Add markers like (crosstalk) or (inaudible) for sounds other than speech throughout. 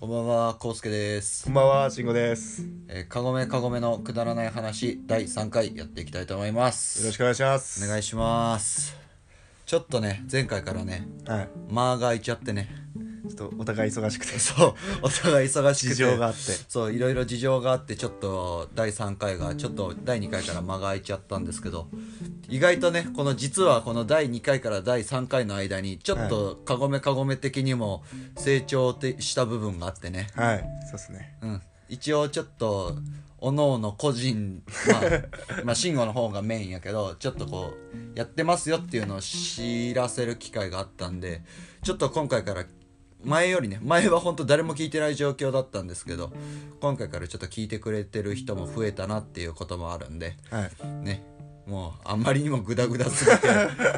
は、こうすけですこ。んばんは、慎吾です。よえー、かごめかごめのくだらない話、第3回やっていきたいと思います。ろしくくお願いします。お願いします。ちょっとね、前回からね、はい。間が空いちゃってね、 (laughs) ちょっとお互い忙しくて。そう、お互い忙しくて。事情があってそう、いろいろ事情があって、ちょっと、第3回が、ちょっと、第2回から間が空いちゃったんですけど、意外とね、この、実はこの第2回から第3回の間に、ちょっと、かごめかごめ的にも、成長てした部分があってね。はい。そうですね。うん、一応ちょっとおのおの個人まあまあ慎吾の方がメインやけどちょっとこうやってますよっていうのを知らせる機会があったんでちょっと今回から前よりね前は本当誰も聞いてない状況だったんですけど今回からちょっと聞いてくれてる人も増えたなっていうこともあるんではい。ねもうあんまりにもグダグダすぎ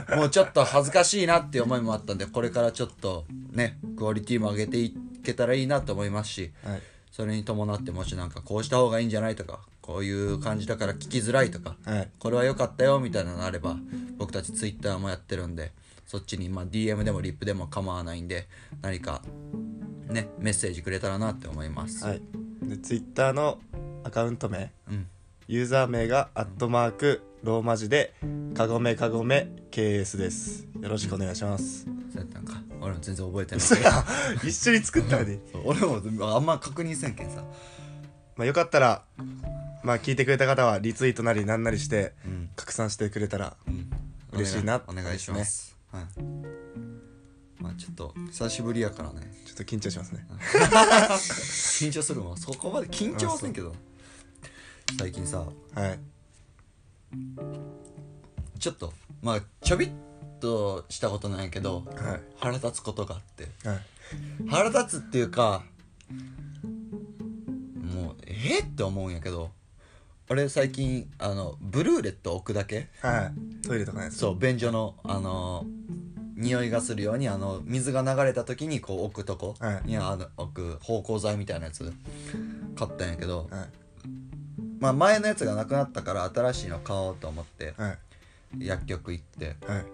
てもうちょっと恥ずかしいなっていう思いもあったんでこれからちょっとねクオリティも上げていけたらいいなと思いますしはい。それに伴ってもしなんかこうした方がいいんじゃないとかこういう感じだから聞きづらいとか、はいこれは良かったよみたいなのがあれば僕たちツイッターもやってるんでそっちにまあ DM でもリップでも構わないんで何かねメッセージくれたらなって思います、はい。で、ツイッターのアカウント名、うんユーザー名がアットマーク、ローマ字で、かごめかごめ KS です。よろしくお願いします。 (laughs) そうやったんか俺も全然覚えてない一緒に作ったのに。俺もあんま確認せんけんさまあ、よかったら、まあ、聞いてくれた方は、リツイートなりなんなりして、うん拡散してくれたら、うん嬉しいなお願いお願いします、はいまあちょっと久しぶりやからねちょっと緊張しますね。緊張するもんそこまで緊張はせんけど最近さはい。ちょっとまあちょびっとしたことなんやけど、はい腹立つことがあってはい。腹立つっていうかもうえっ、って思うんやけど俺最近あのブルーレット置くだけはい。トイレとかね。そう便所のあの匂いがするようにあの水が流れた時にこう置くとこはいに、あの置く芳香剤みたいなやつ買ったんやけど、はい。まあ、前のやつがなくなったから新しいの買おうと思ってはい。薬局行ってはい。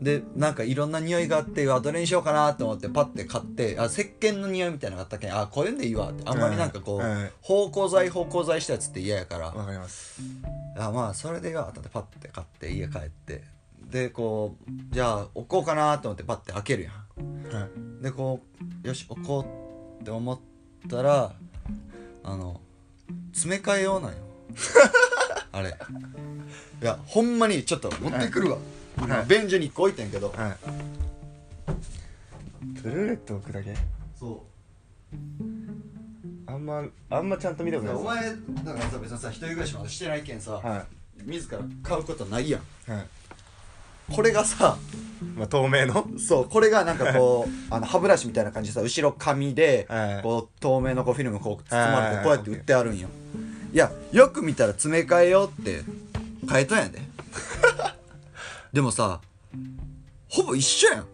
でなんかいろんな匂いがあってうわどれにしようかなと思ってパッて買ってあ石鹸の匂いみたいなのがあったけんあこういうんでいいわってあんまりなんかこうはいはい芳香剤芳香剤したやつって嫌やからわかります。あまあそれでいいわと思ってパッて買って家帰ってでこうじゃあ置こうかなと思ってパッて開けるやんはい。でこうよし置こうって思ったらあの詰め替えよう (laughs) なんよあれいやほんまにちょっと持ってくるわ、はい便所に1個置いてんけど、はい。ブルーレット置くだけそあんま、あんまちゃんと見たうことおないで前だからさ別にさ一人暮らしまでしてないけんさ、す。は自ら買うことないやんい。はい。これがさまあ、透明のそうこれがなんかこうあの歯ブラシみたいな感じでさ後ろ紙で、はいこう透明のこうフィルムこう包まれはていこうやって売ってあるんよいやよく見たら詰め替えようって変えとんやででもさほぼ一緒やん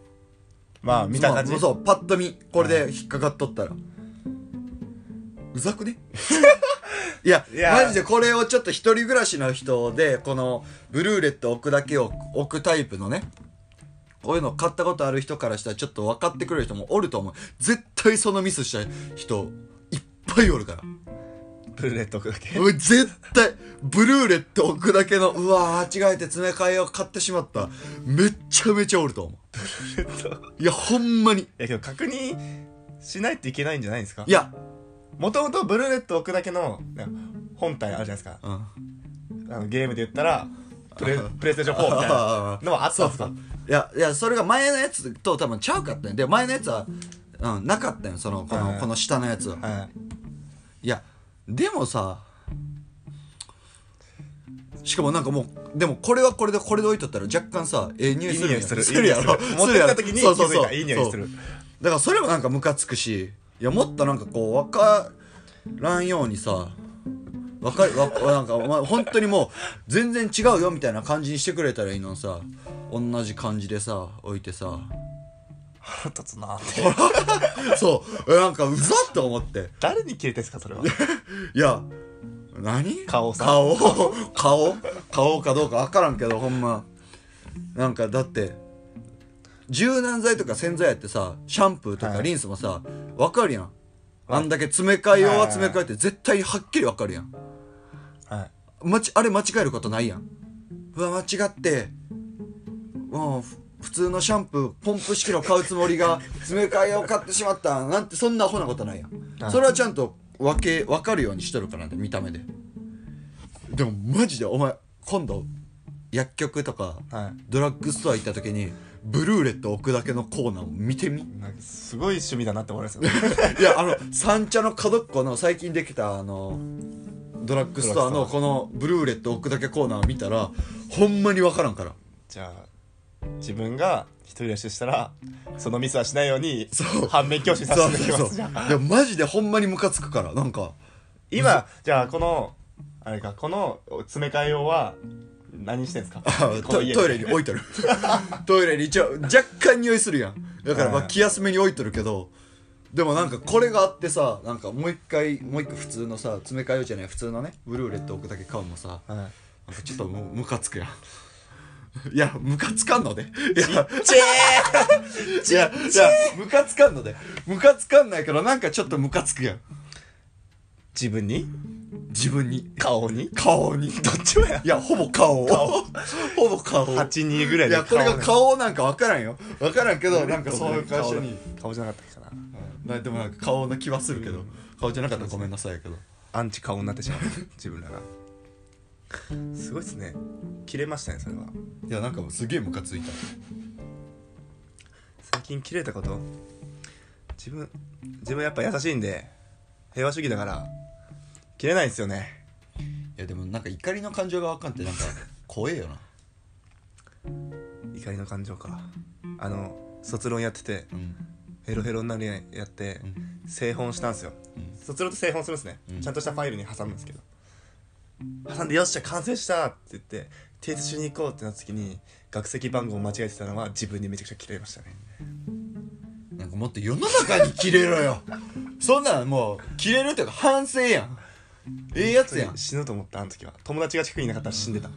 まあ、見た感まじ。あそうパッと見これで引っかかっとったら、うざくね (laughs) いやいやマジでこれをちょっと一人暮らしの人でこのブルーレット置くだけを置くタイプのねこういうの買ったことある人からしたらちょっと分かってくれる人もおると思う絶対そのミスした人いっぱいおるからブルーレット置くだけ。俺絶対ブルーレット置くだけのうわー間違えて詰め替えを買ってしまっためっちゃめちゃおると思ういやほんまにいや、けど確認しないといけないんじゃないですかいやもともとブルーレット置くだけの、なんか本体あるじゃないですか。うんあのゲームで言ったら、プレプレイステーション4みたいなのはあったんですかいやいやそれが前のやつと多分ちゃうかったんよで前のやつは、うん、なかったんよそのこの,、はいこの下のやつは、、はいやでもさしかもなんかもうでもこれはこれでこれで置いとったら若干さええ匂いするんやいい匂いするやろいいするやろ匂いする持ってった時にそうそうそう気づいたいい匂いするそうだからそれもなんかムカつくしいやもっとなんかこう分からんようにさわかるわなんかお前本当にもう全然違うよみたいな感じにしてくれたらいいのにさ同じ感じでさ置いてさい。腹立つなって。そうえなんかうざっと思って誰に切れてんすか、それは。いや何顔さ顔顔顔かどうか分からんけどほんまなんかだって柔軟剤とか洗剤やってさシャンプーとはかいリンスもさ、わかるやんあんだけ詰め替えようはいは詰め替えって絶対はっきりわかるやんはいまちあれ間違えることないやんうわ間違ってもうふ普通のシャンプーポンプ式の買うつもりが (laughs) 詰め替えを買ってしまったなんてそんなアホなことないやはんいそれはちゃんと分け分かるようにしとるからね見た目ででもマジでお前今度薬局とかはドラッグストア行った時にブルーレット置くだけのコーナーを見てみいなんかすごい趣味だなって思います (laughs) よねいやあの三茶の角っこの最近できたあのドラッグストアのこのブルーレット置くだけコーナー見たらほんまに分からんからじゃあ自分が一人出ししたらそのミスはしないようにそう反面教師させそてういただきそうそますうじゃあいやマジでほんまにムカつくからなんか今じゃあこのあれかこの詰め替え用は何してんですかあこのト家トイレに置いとるトイレに一応若干匂いするやんだからまあはい気休めに置いとるけどでもなんかこれがあってさなんかもう一回もう一個普通のさ詰め替えようじゃない普通のねブルーレット置くだけ買うもさはいなんかちょっともうムカつくやんいやムカつかんのでいやチェいやいやムカつかんのでムカつかんないけどなんかちょっとムカつくやん自分に自分に顔に顔にどっちもやいやほぼ顔ほぼ顔い82ぐらいでやこれがね顔なんか分からんよ分からんけどなんかそういう会顔社だに顔じゃなかったかななんでもなんか顔な気はするけど顔じゃなかったらごめんなさいやけどアンチ顔になってしまう自分らがすごいっすね切れましたねそれはいやなんかすげえムカついた最近切れたこと自分自分やっぱ優しいんで平和主義だから切れないんですよねいやでもなんか怒りの感情が分かんってなんか怖えよな怒りの感情かあの卒論やっててうんヘロヘロになるやんやって、うん製本したんですよ、うん卒論と製本するんですね、うんちゃんとしたファイルに挟むんですけど挟んで「よっしゃ完成した!」って言って提出しに行こうってなった時に学籍番号を間違えてたのは自分にめちゃくちゃ切れましたねなんかもっと世の中に切れろよそんなんもう切れるというか反省やんええやつやん死ぬと思ったあの時は友達が近くにいなかったら (laughs) 死んでた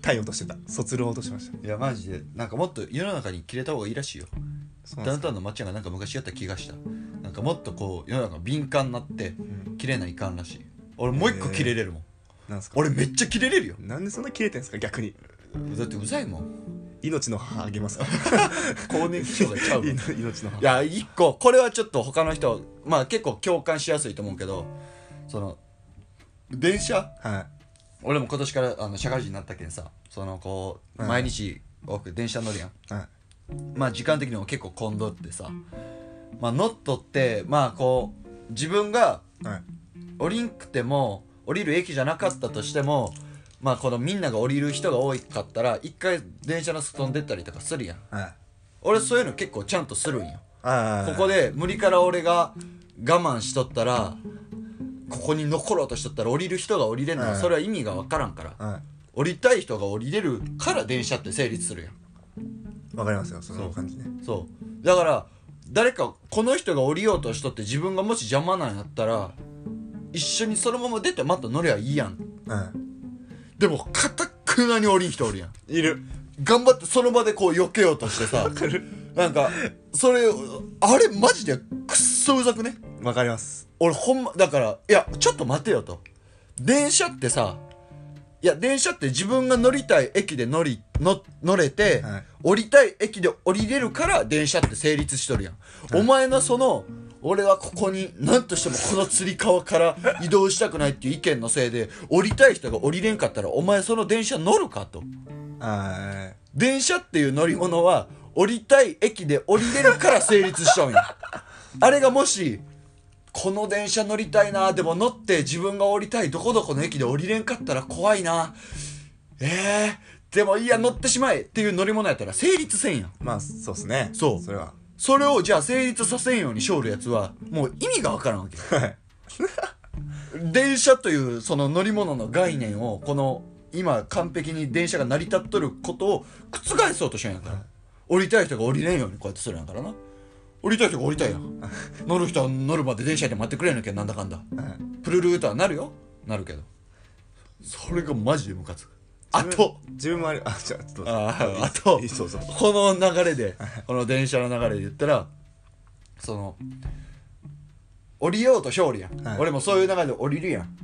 体温落としてた卒論落としてましたいやマジでなんかもっと世の中に切れた方がいいらしいよそうダなウんンですタウンのまっちゃんがなんか昔やった気がしたなんかもっとこう世の中敏感になってん切れないかんらしい俺もう一個切れれるもん、なんすか俺めっちゃ切れれるよなんでそんな切れてんすか逆にだってうざいもん命の母あげますか (laughs) 更年期とかち (laughs) ゃうもんい命の母や一個これはちょっと他の人まあ結構共感しやすいと思うけどその電車は俺も今年からあの社会人になったけんさそのこううん毎日多く電車乗るやんいはいまあ時間的にも結構混んどってさまあ乗っとってまあこう自分がはい降りんくても降りる駅じゃなかったとしてもまあこのみんなが降りる人が多かったら一回電車の外に出たりとかするやんはい俺そういうの結構ちゃんとするんよあこーこで無理から俺が我慢しとったらここに残ろうとしとったら降りる人が降りれんのはうんそれは意味が分からんからは降りたい人が降りれるから電車って成立するやんいわかりますよそそのう感じねそうだから誰かこの人が降りようとしとって自分がもし邪魔なんやったら一緒にそのまま出てまた乗りゃいいやんうんでもかたくなに降りん人おるやんいる頑張ってその場でこう避けようとしてさなんかそれあれマジでくっそうざくねわかります俺ほんまだからいやちょっと待てよと電車ってさいや電車って自分が乗りたい駅で乗りの乗れて、はい降りたい駅で降りれるから電車って成立しとるやん、お前のその俺はここに何としてもこのつり革から (laughs) 移動したくないっていう意見のせいで降りたい人が降りれんかったらお前その電車乗るかとあ電車っていう乗り物は降りたい駅で降りれるから成立しちゃうんやあれがもしこの電車乗りたいなでも乗って自分が降りたいどこどこの駅で降りれんかったら怖いなえー、でもいいや乗ってしまえっていう乗り物やったら成立せんやんーまあそうっすねそうそれはそれをじゃあ成立させんようにしょるやつはもう意味がわからんわけはい電車というその乗り物の概念をこの今完璧に電車が成り立っとることを覆そうとしようんやから降りたい人が降りれんようにこうやってするんやからな降りたい人が降りたいやん乗る人は乗るまで電車で待ってくれんのけんなんだかんだはいプルルーとはなるよなるけどそれがマジでムカつくあと自分もあれあじゃあどうぞああといいそうそうこの流れでこの電車の流れで言ったらその降りようと表裏やん、はい俺もそういう流れで降りるやん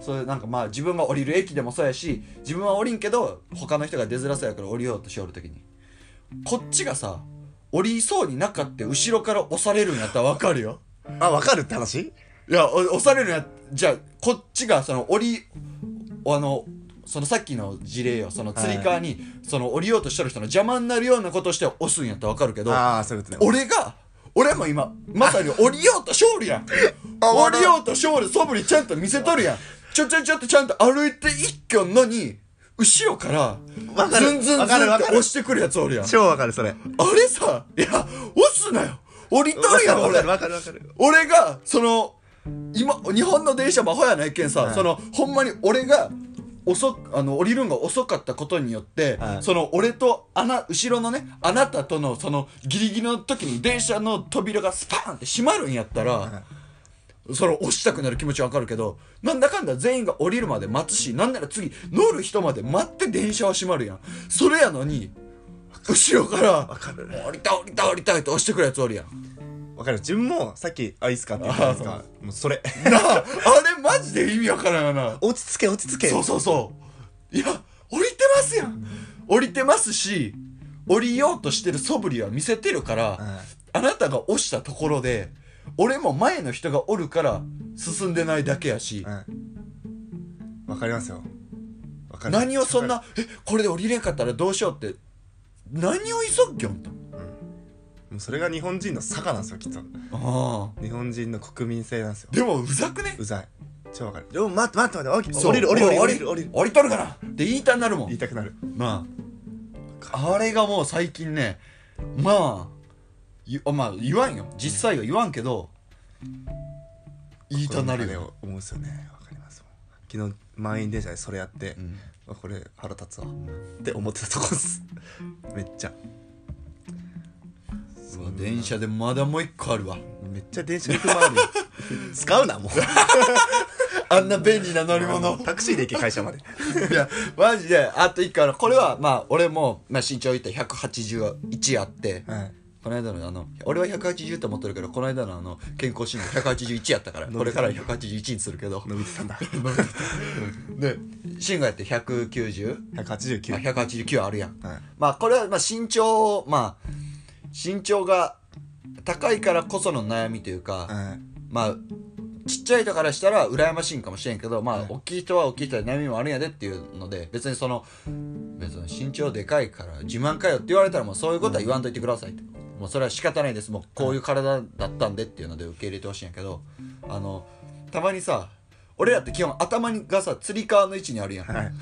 そういうなんかまあ自分が降りる駅でもそうやし自分は降りんけど他の人が出づらそうやから降りようとしおる時にこっちがさ降りそうになかって後ろから押されるんやったら分かるよあ分かるって話いやお押されるんやじゃあこっちがその降りあのそのさっきの事例よそのつり革に、その降りようとしてる人の邪魔になるようなことして押すんやったら分かるけどああそういうことね俺が俺も今まさに降りようと勝利や (laughs) ん降りようと勝利そぶりちゃんと見せとるやんちょちょちょってちゃんと歩いて一挙のに後ろからわかるズンズンズンわってかるわかる押してくるやつおるやんあ超分かるそれれさいや押すなよ降りとるやん分か俺る分かる分かる俺がその今日本の電車魔法やないけんさ、はいそのほんまに俺が遅あの降りるんが遅かったことによって、はいその俺とあな後ろのねあなたとのそのギリギリの時に電車の扉がスパーンって閉まるんやったら、その押したくなる気持ちわかるけどなんだかんだ全員が降りるまで待つしなんなら次乗る人まで待って電車は閉まるやんそれやのに後ろからかる「降りた降りた降りた」って押してくるやつおるやん。分かる自分もさっき「あいいっすか」って言ったんですかもうそれなああれマジで意味わからんよな (laughs) 落ち着け落ち着けそうそうそういや降りてますやん降りてますし降りようとしてる素振りは見せてるから、んあなたが押したところで俺も前の人がおるから進んでないだけやし、うんわかりますよわかる何をそんな「えこれで降りれんかったらどうしよう」って何を急ぎょんともうそれが日本人の差がなんですよきっとああ日本人の国民性なんですよでもうざくねうざい超わかるでも待って待って待ってそう降りる降りる俺降りる降りる降りとるかなって言いたになるもん言いたくなるまああれがもう最近ねまあゆあまあ言わんよ実際は言わんけど言いたなるこれよ、を思うんですよねわかります昨日満員電車でそれやって、うん、あこれ腹立つわって思ってたとこですめっちゃうわ電車でまだもう一個あるわめっちゃ電車行く回るよ使うなもう (laughs) あんな便利な乗り物 (laughs) タクシーで行け会社ま (laughs) でいやマジであと一個あるこれはまあ俺も、まあ、身長いったら181あって、はいこの間のあの俺は180と思ってるけどこの間のあの健康診断181やったからこれから181にするけど伸びてたんだで慎吾やって190 189まあ、189あるやん、はいまあこれはまあ身長まあ身長が高いからこその悩みというか、はいまあちっちゃい人からしたら羨ましいんかもしれんけどまあ、大きい人は大きい人で悩みもあるんやでっていうので別にその別に身長でかいから自慢かよって言われたらもうそういうことは言わんといてくださいって、もうそれは仕方ないですもうこういう体だったんでっていうので受け入れてほしいんやけどあのたまにさ俺らって基本頭がさつり革の位置にあるやん、はいわ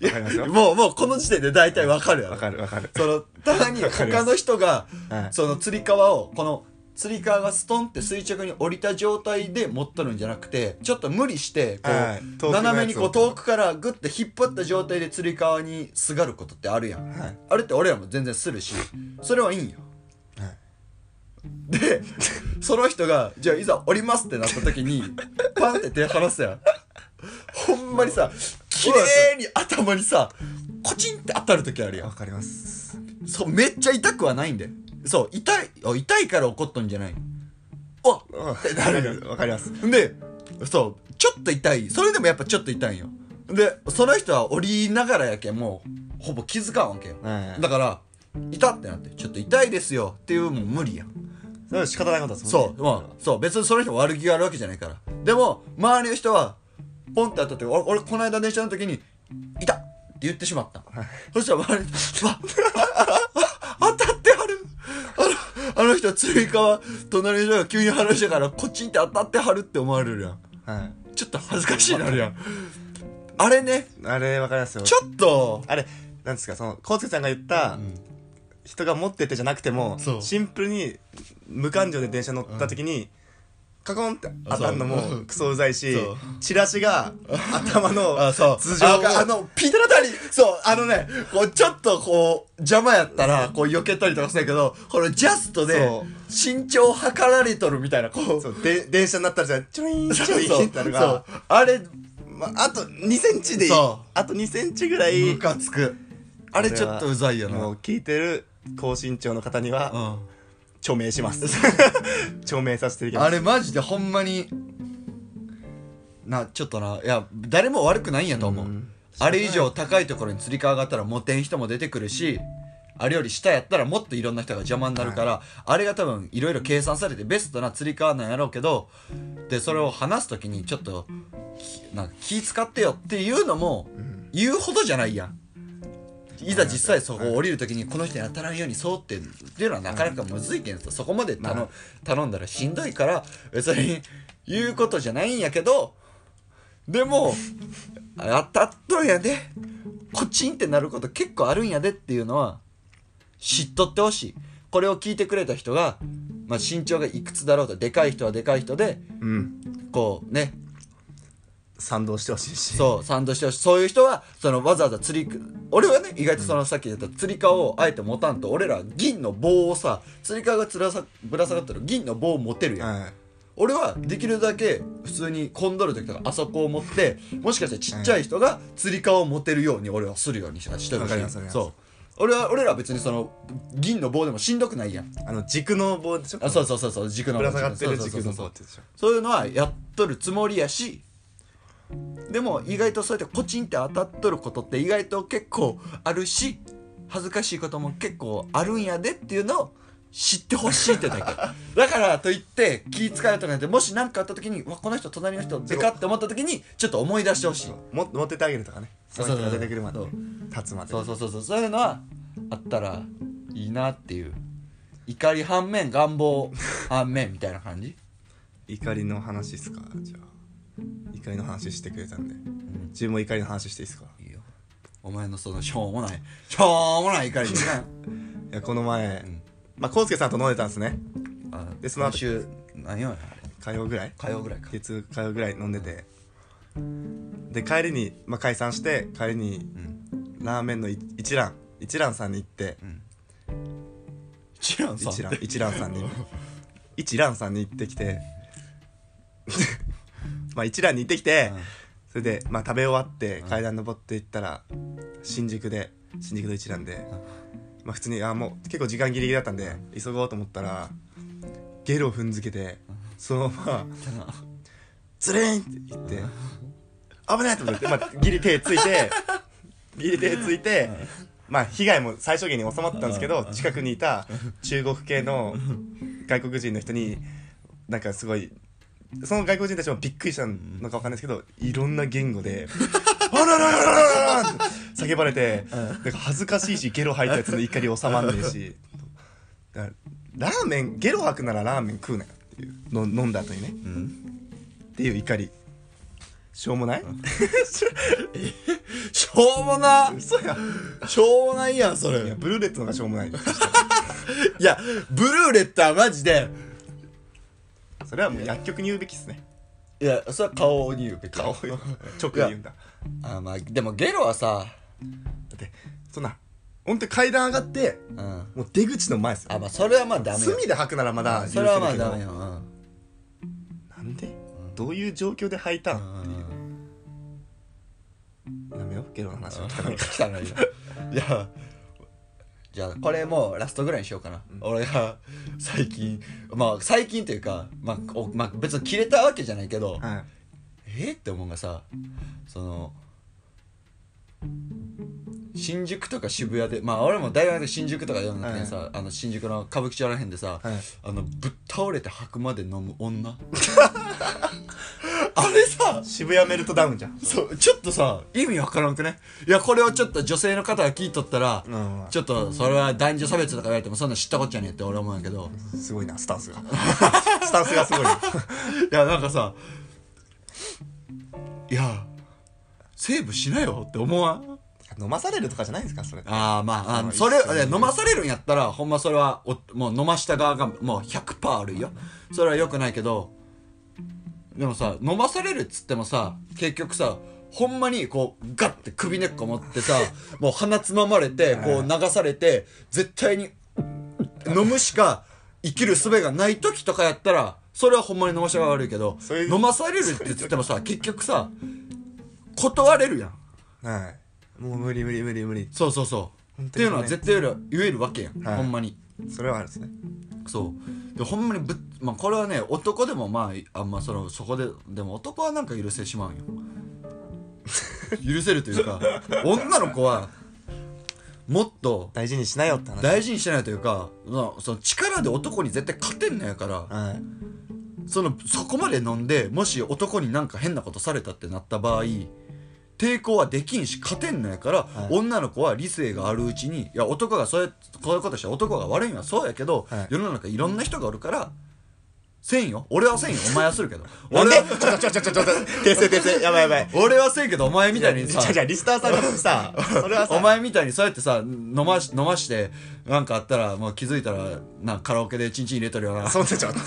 いやかりますよもうもうこの時点で大体わかるやろわかるわかるそのたまにわかりま他すの人がはいその釣り革をこの釣り革がストンって垂直に降りた状態で持っとるんじゃなくてちょっと無理してこはいう遠くのやつを斜めにこう遠くからグッて引っ張った状態で釣り革にすがることってあるやん、はいあれって俺らも全然するしそれはいいんよはいでその人がじゃあいざ降りますってなった時にパンって手離すやんほんまにさ綺麗に頭にさコチンって当たる時あるやんわかりますそうめっちゃ痛くはないんでそう痛いあ痛いから怒っとんじゃないあってなるわかりますよでそうちょっと痛いそれでもやっぱちょっと痛いんよでその人は降りながらやけんもうほぼ気づかんわけよ、はいだから痛ってなってちょっと痛いですよっていうもう無理やんそれは仕方ないことですもんそねう、まあ、そう、別にその人が悪気があるわけじゃないから。でも、周りの人は、ポンって当たって、俺、俺この間電車の時に、いたって言ってしまった。そしたら周りの人、わあああ当たってはるあの、あの人、追加は、隣の人が急に話したから、こっちにって当たってはるって思われるやん。はいちょっと恥ずかしいなるやん。あれね、あれわかりますよちょっと、あれなんですかその浩介さんが言った、人が持っててじゃなくてもそうシンプルに無感情で電車乗った時に、カコンって当たるのそううもんクソうざいしそうチラシが頭のあそう頭上あがあのピタリそうあのねこうちょっとこう邪魔やったらこう避けたりとかするけどこのジャストでそ身長を測られとるみたいなこうそうで電車になったらじゃあチョイーンチそうョイそーンうってなるそがうあれまあ、あと2センチでいいそあと2センチぐらいムカつくあれちょっとうざいよもなう聞いてる高身長の方にはう著名します (laughs) 著名させていたん、だあきれマジでほんまになちょっとないや誰も悪くないんやと思う、うんあれ以上高いところにつり革があったらモテん人も出てくるしあれより下やったらもっといろんな人が邪魔になるから、あれが多分いろいろ計算されてベストなつり革なんやろうけどでそれを話す時にちょっときなんか気使ってよっていうのも言うほどじゃないやんいざ実際そこを降りる時にこの人に当たらんようにそうってっていうのはなかなかむずいけんさそこまで頼,、まあ頼んだらしんどいから別に言うことじゃないんやけどでもあ当たっとんやでコチンってなること結構あるんやでっていうのは知っとってほしいこれを聞いてくれた人が、まあ、身長がいくつだろうとでかい人はでかい人でうんこうね賛同してほしいしそう賛同してほしいそういう人はそのわざわざ釣り俺はね意外とそのさっき言った釣り革をあえて持たんと俺ら銀の棒をさ釣り革がつらさぶら下がってる銀の棒を持てるやん、はい俺はできるだけ普通に混んどる時とかあそこを持ってもしかしたらちっちゃい人が釣り革を持てるように俺はするようにししてほわしかりいますわかりますそう俺は俺らは別にその銀の棒でもしんどくないやんあの軸の棒でしょあそうそうそうそう軸のぶら下がってるそうそう軸そのうそう棒ってでしょそういうのはやっとるつもりやしでも意外とそうやってコチンって当たっとることって意外と結構あるし恥ずかしいことも結構あるんやでっていうのを知ってほしいってだけだからといって気遣うとかなんてもし何かあった時にうわこの人隣の人でかって思った時にちょっと思い出してほしいも持ってってあげるとかねそそううそうそう人が出てくるまでそう立つまでそうそうそうそうそういうのはあったらいいなっていう怒り反面願望反面みたいな感じ怒りの話ですかじゃあ怒りの話してくれたんで、自分も怒りの話していいですかいいよお前のそのしょうもないしょうもない怒りでいやこの前、んまあ康介さんと飲んでたんですねあでその後今週何曜やあれ火曜ぐらい火曜ぐらいか月火曜ぐらい飲んでて、で帰りに、まあ、解散して帰りにうんラーメンのい一蘭一蘭さんに行ってうん知らんさ一 (laughs) 蘭一蘭さんに一蘭さんに行ってきて (laughs) まあ一蘭に行ってきて、それで、まあ、食べ終わって階段登っていったら新宿で新宿の一覧で、まあ、普通にあもう結構時間ギリギリだったんで急ごうと思ったらゲロ踏んづけてそのままズレンって言って危ないと思って、まあ、ギリ手ついてギリ手ついて、まあ、被害も最小限に収まったんですけど近くにいた中国系の外国人の人になんかすごいその外国人たちもびっくりしたのかわかんないですけどいろんな言語で「あらららららら!」って叫ばれてなんか恥ずかしいしゲロ吐いたやつの怒り収まんねえしだからラーメンゲロ吐くならラーメン食うなよっていうの飲んだ後にねうんっていう怒りしょうもないしょうもな嘘やしょうもないやんそいやれブルーレットの方がしょうもないいやブルーレットはマジでそれはもう薬局に言うべきっすねいやそれは顔に言うべき顔を (laughs) 直に言うんだあまあでもゲロはさだってそんな本当に階段上がってうんあもう出口の前ですよまあそれはまあダメよ隅で吐くならまだ許せそるれはまあけどダメようんなんで、どういう状況で吐いたん、うんやめようゲロの話は汚いか汚いないやじゃあこれもうラストぐらいにしようかな、俺が最近まあ最近というか、まあおまあ、別に切れたわけじゃないけど、ら、はい、えーって思うのがさその新宿とか渋谷でまあ俺も大学で新宿とか読んだけどさ、あの新宿の歌舞伎町らへんでさ、はいあのぶっ倒れて吐くまで飲む女 (laughs) あれさ渋谷メルトダウンじゃんそうちょっとさ意味わからんくねいやこれをちょっと女性の方が聞いとったら、うんちょっとそれは男女差別とか言われてもそんな知ったこっちゃねえって俺思うんやけどすごいなスタン (laughs) スがスタンスがすごいいやなんかさいやセーブしなよって思わん飲まされるとかじゃないんですかそれああまああまあそれ一緒にいや飲まされるんやったらほんまそれはおもう飲ました側がもう100%あるよそれは良くないけどでもさ飲まされるっつってもさ結局さほんまにこうガッて首根っこ持ってさもう鼻つままれてこう流されて絶対に飲むしか生きる術がない時とかやったらそれはほんまに飲ましが悪いけどそういう飲まされるって言ってもさ結局さ断れるやんはいもう無理無理無理無理そうそうそう、本っ当ていにねうのは絶対より言えるわけやん、はいほんまにそれはあるんですねそうでほんまにぶっ、まあ、これはね男でもまああんまそのそこででも男はなんか許せしまうん (laughs) よ許せるというか女の子はもっと大事にしなよって話大事にしてないというか、まあ、その力で男に絶対勝てんのやからはいそのそこまで飲んでもし男になんか変なことされたってなった場合抵抗はできんし勝てんのやから、い女の子は理性があるうちにいや男がそうやこういうことして男が悪いのはそうやけど、はい世の中いろんな人がおるからせんよ俺はせんよお前はするけど俺 (laughs) なんではちょちょちょちょちょちょ訂正訂正やばいや (laughs) ばい俺はせんけどお前みたいにじさゃじゃリスターさんがさそれはさお前みたいにそうやってさ飲まし飲ましてなんかあったらもう気づいたらなんかカラオケでチンチン入れとるよなそんなちょっと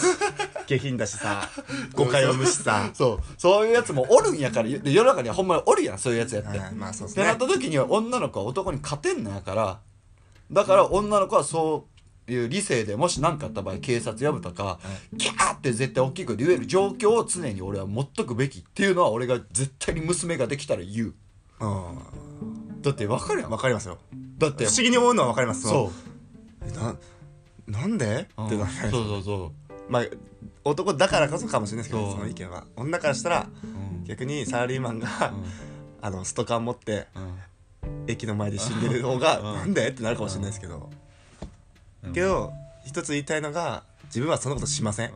下品だ (laughs) しさ誤解を生むしさそうそういうやつもおるんやからで世の中にはほんまにおるやんそういうやつやって、はいまあそうでっすてなねった時には女の子は男に勝てんのやからだから女の子はそういう理性でもし何かあった場合警察呼ぶとか、キャーって絶対大きい声で言える状況を常に俺は持っとくべきっていうのは俺が絶対に娘ができたら言ううだって分かるやんんわかりますよだって不思議に思うのはわかりますそうななんでう、っうてんなそうそうそまあ男だからこそかもしれないですけどそうその意見は女からしたらう、うん逆にサラリーマンがあのストカン持ってうん駅の前で死んでる方がうんなんでってなるかもしれないですけどうんけど一つ言いたいのが自分はそんなことしません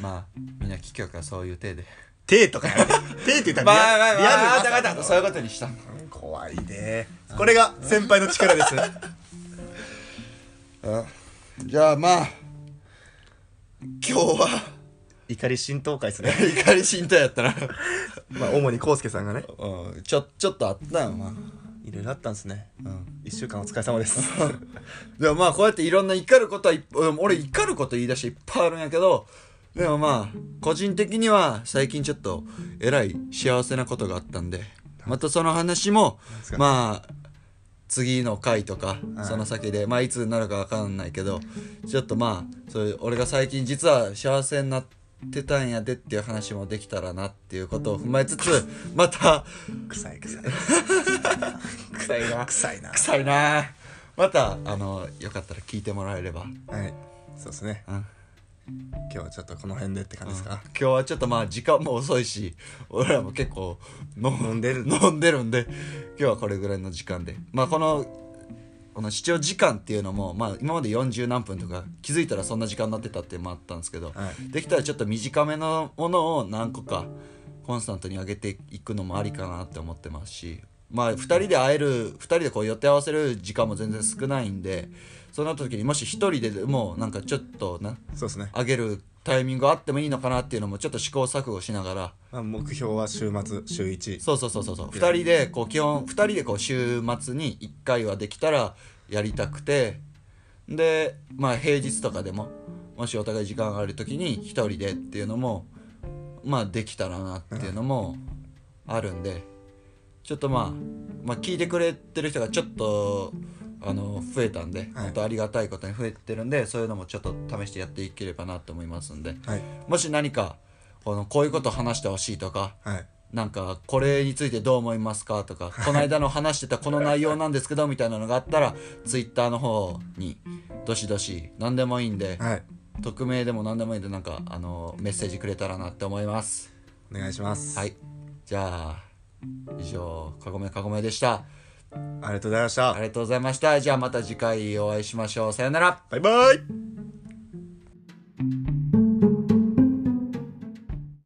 まあみんな聞きよからそういう (laughs) 体で手とかや (laughs) めて手って言ったらリアルリアルなあったそういうことにした怖いねこれが先輩の力ですじゃあまあ今日は (laughs) 怒り浸透会ですね怒り浸透やったな (laughs) まあ主にコウスケさんがねうんちょちょっとあったよまあいろいろあったんですねうん1週間お疲れ様ですでもまあこうやっていろんな怒ることはいっ俺俺怒ること言い出していっぱいあるんやけどでもまあ個人的には最近ちょっとえらい幸せなことがあったんでまたその話もですかまあ次の回とかはいその先でまあいつになるかわかんないけどちょっとまあそういう俺が最近実は幸せになってたんやでっていう話もできたらなっていうことを踏まえつつまた (laughs) 臭い臭い (laughs) 臭いな臭いな臭いなあまたあのよかったら聞いてもらえれば、はいそうですねうん、今日はちょっとこの辺でって感じですか今日はちょっとまあ時間も遅いし俺らも結構飲飲んでる飲んでるんで今日はこれぐらいの時間でまあこのこの視聴時間っていうのも、まあ、今まで40何分とか気づいたらそんな時間になってたっていうのもあったんですけど、はできたらちょっと短めのものを何個かコンスタントに上げていくのもありかなって思ってますしまあ2人で会える2人でこう予定合わせる時間も全然少ないんでその時にもし1人ででもなんかちょっとなそうですね上げるタイミングがあってもいいのかなっていうのもちょっと試行錯誤しながらまあ目標は週末週1そうそうそうそうそう2人でこう基本2人でこう週末に1回はできたらやりたくてでまあ平日とかでももしお互い時間がある時に1人でっていうのもまあできたらなっていうのもあるんでちょっとまあまあ聞いてくれてる人がちょっとあの増えたんではい本当ありがたいことに増えてるんでそういうのもちょっと試してやっていければなと思いますんではいもし何かこのこういうこと話してほしいとかはいなんかこれについてどう思いますかとかこの間の話してたこの内容なんですけどみたいなのがあったらツイッターの方にどしどし何でもいいんではい匿名でも何でもいいんでなんかあのメッセージくれたらなって思いますお願いしますはいじゃあ以上かごめかごめでしたありがとうございましたありがとうございましたじゃあまた次回お会いしましょうさよならバイバイ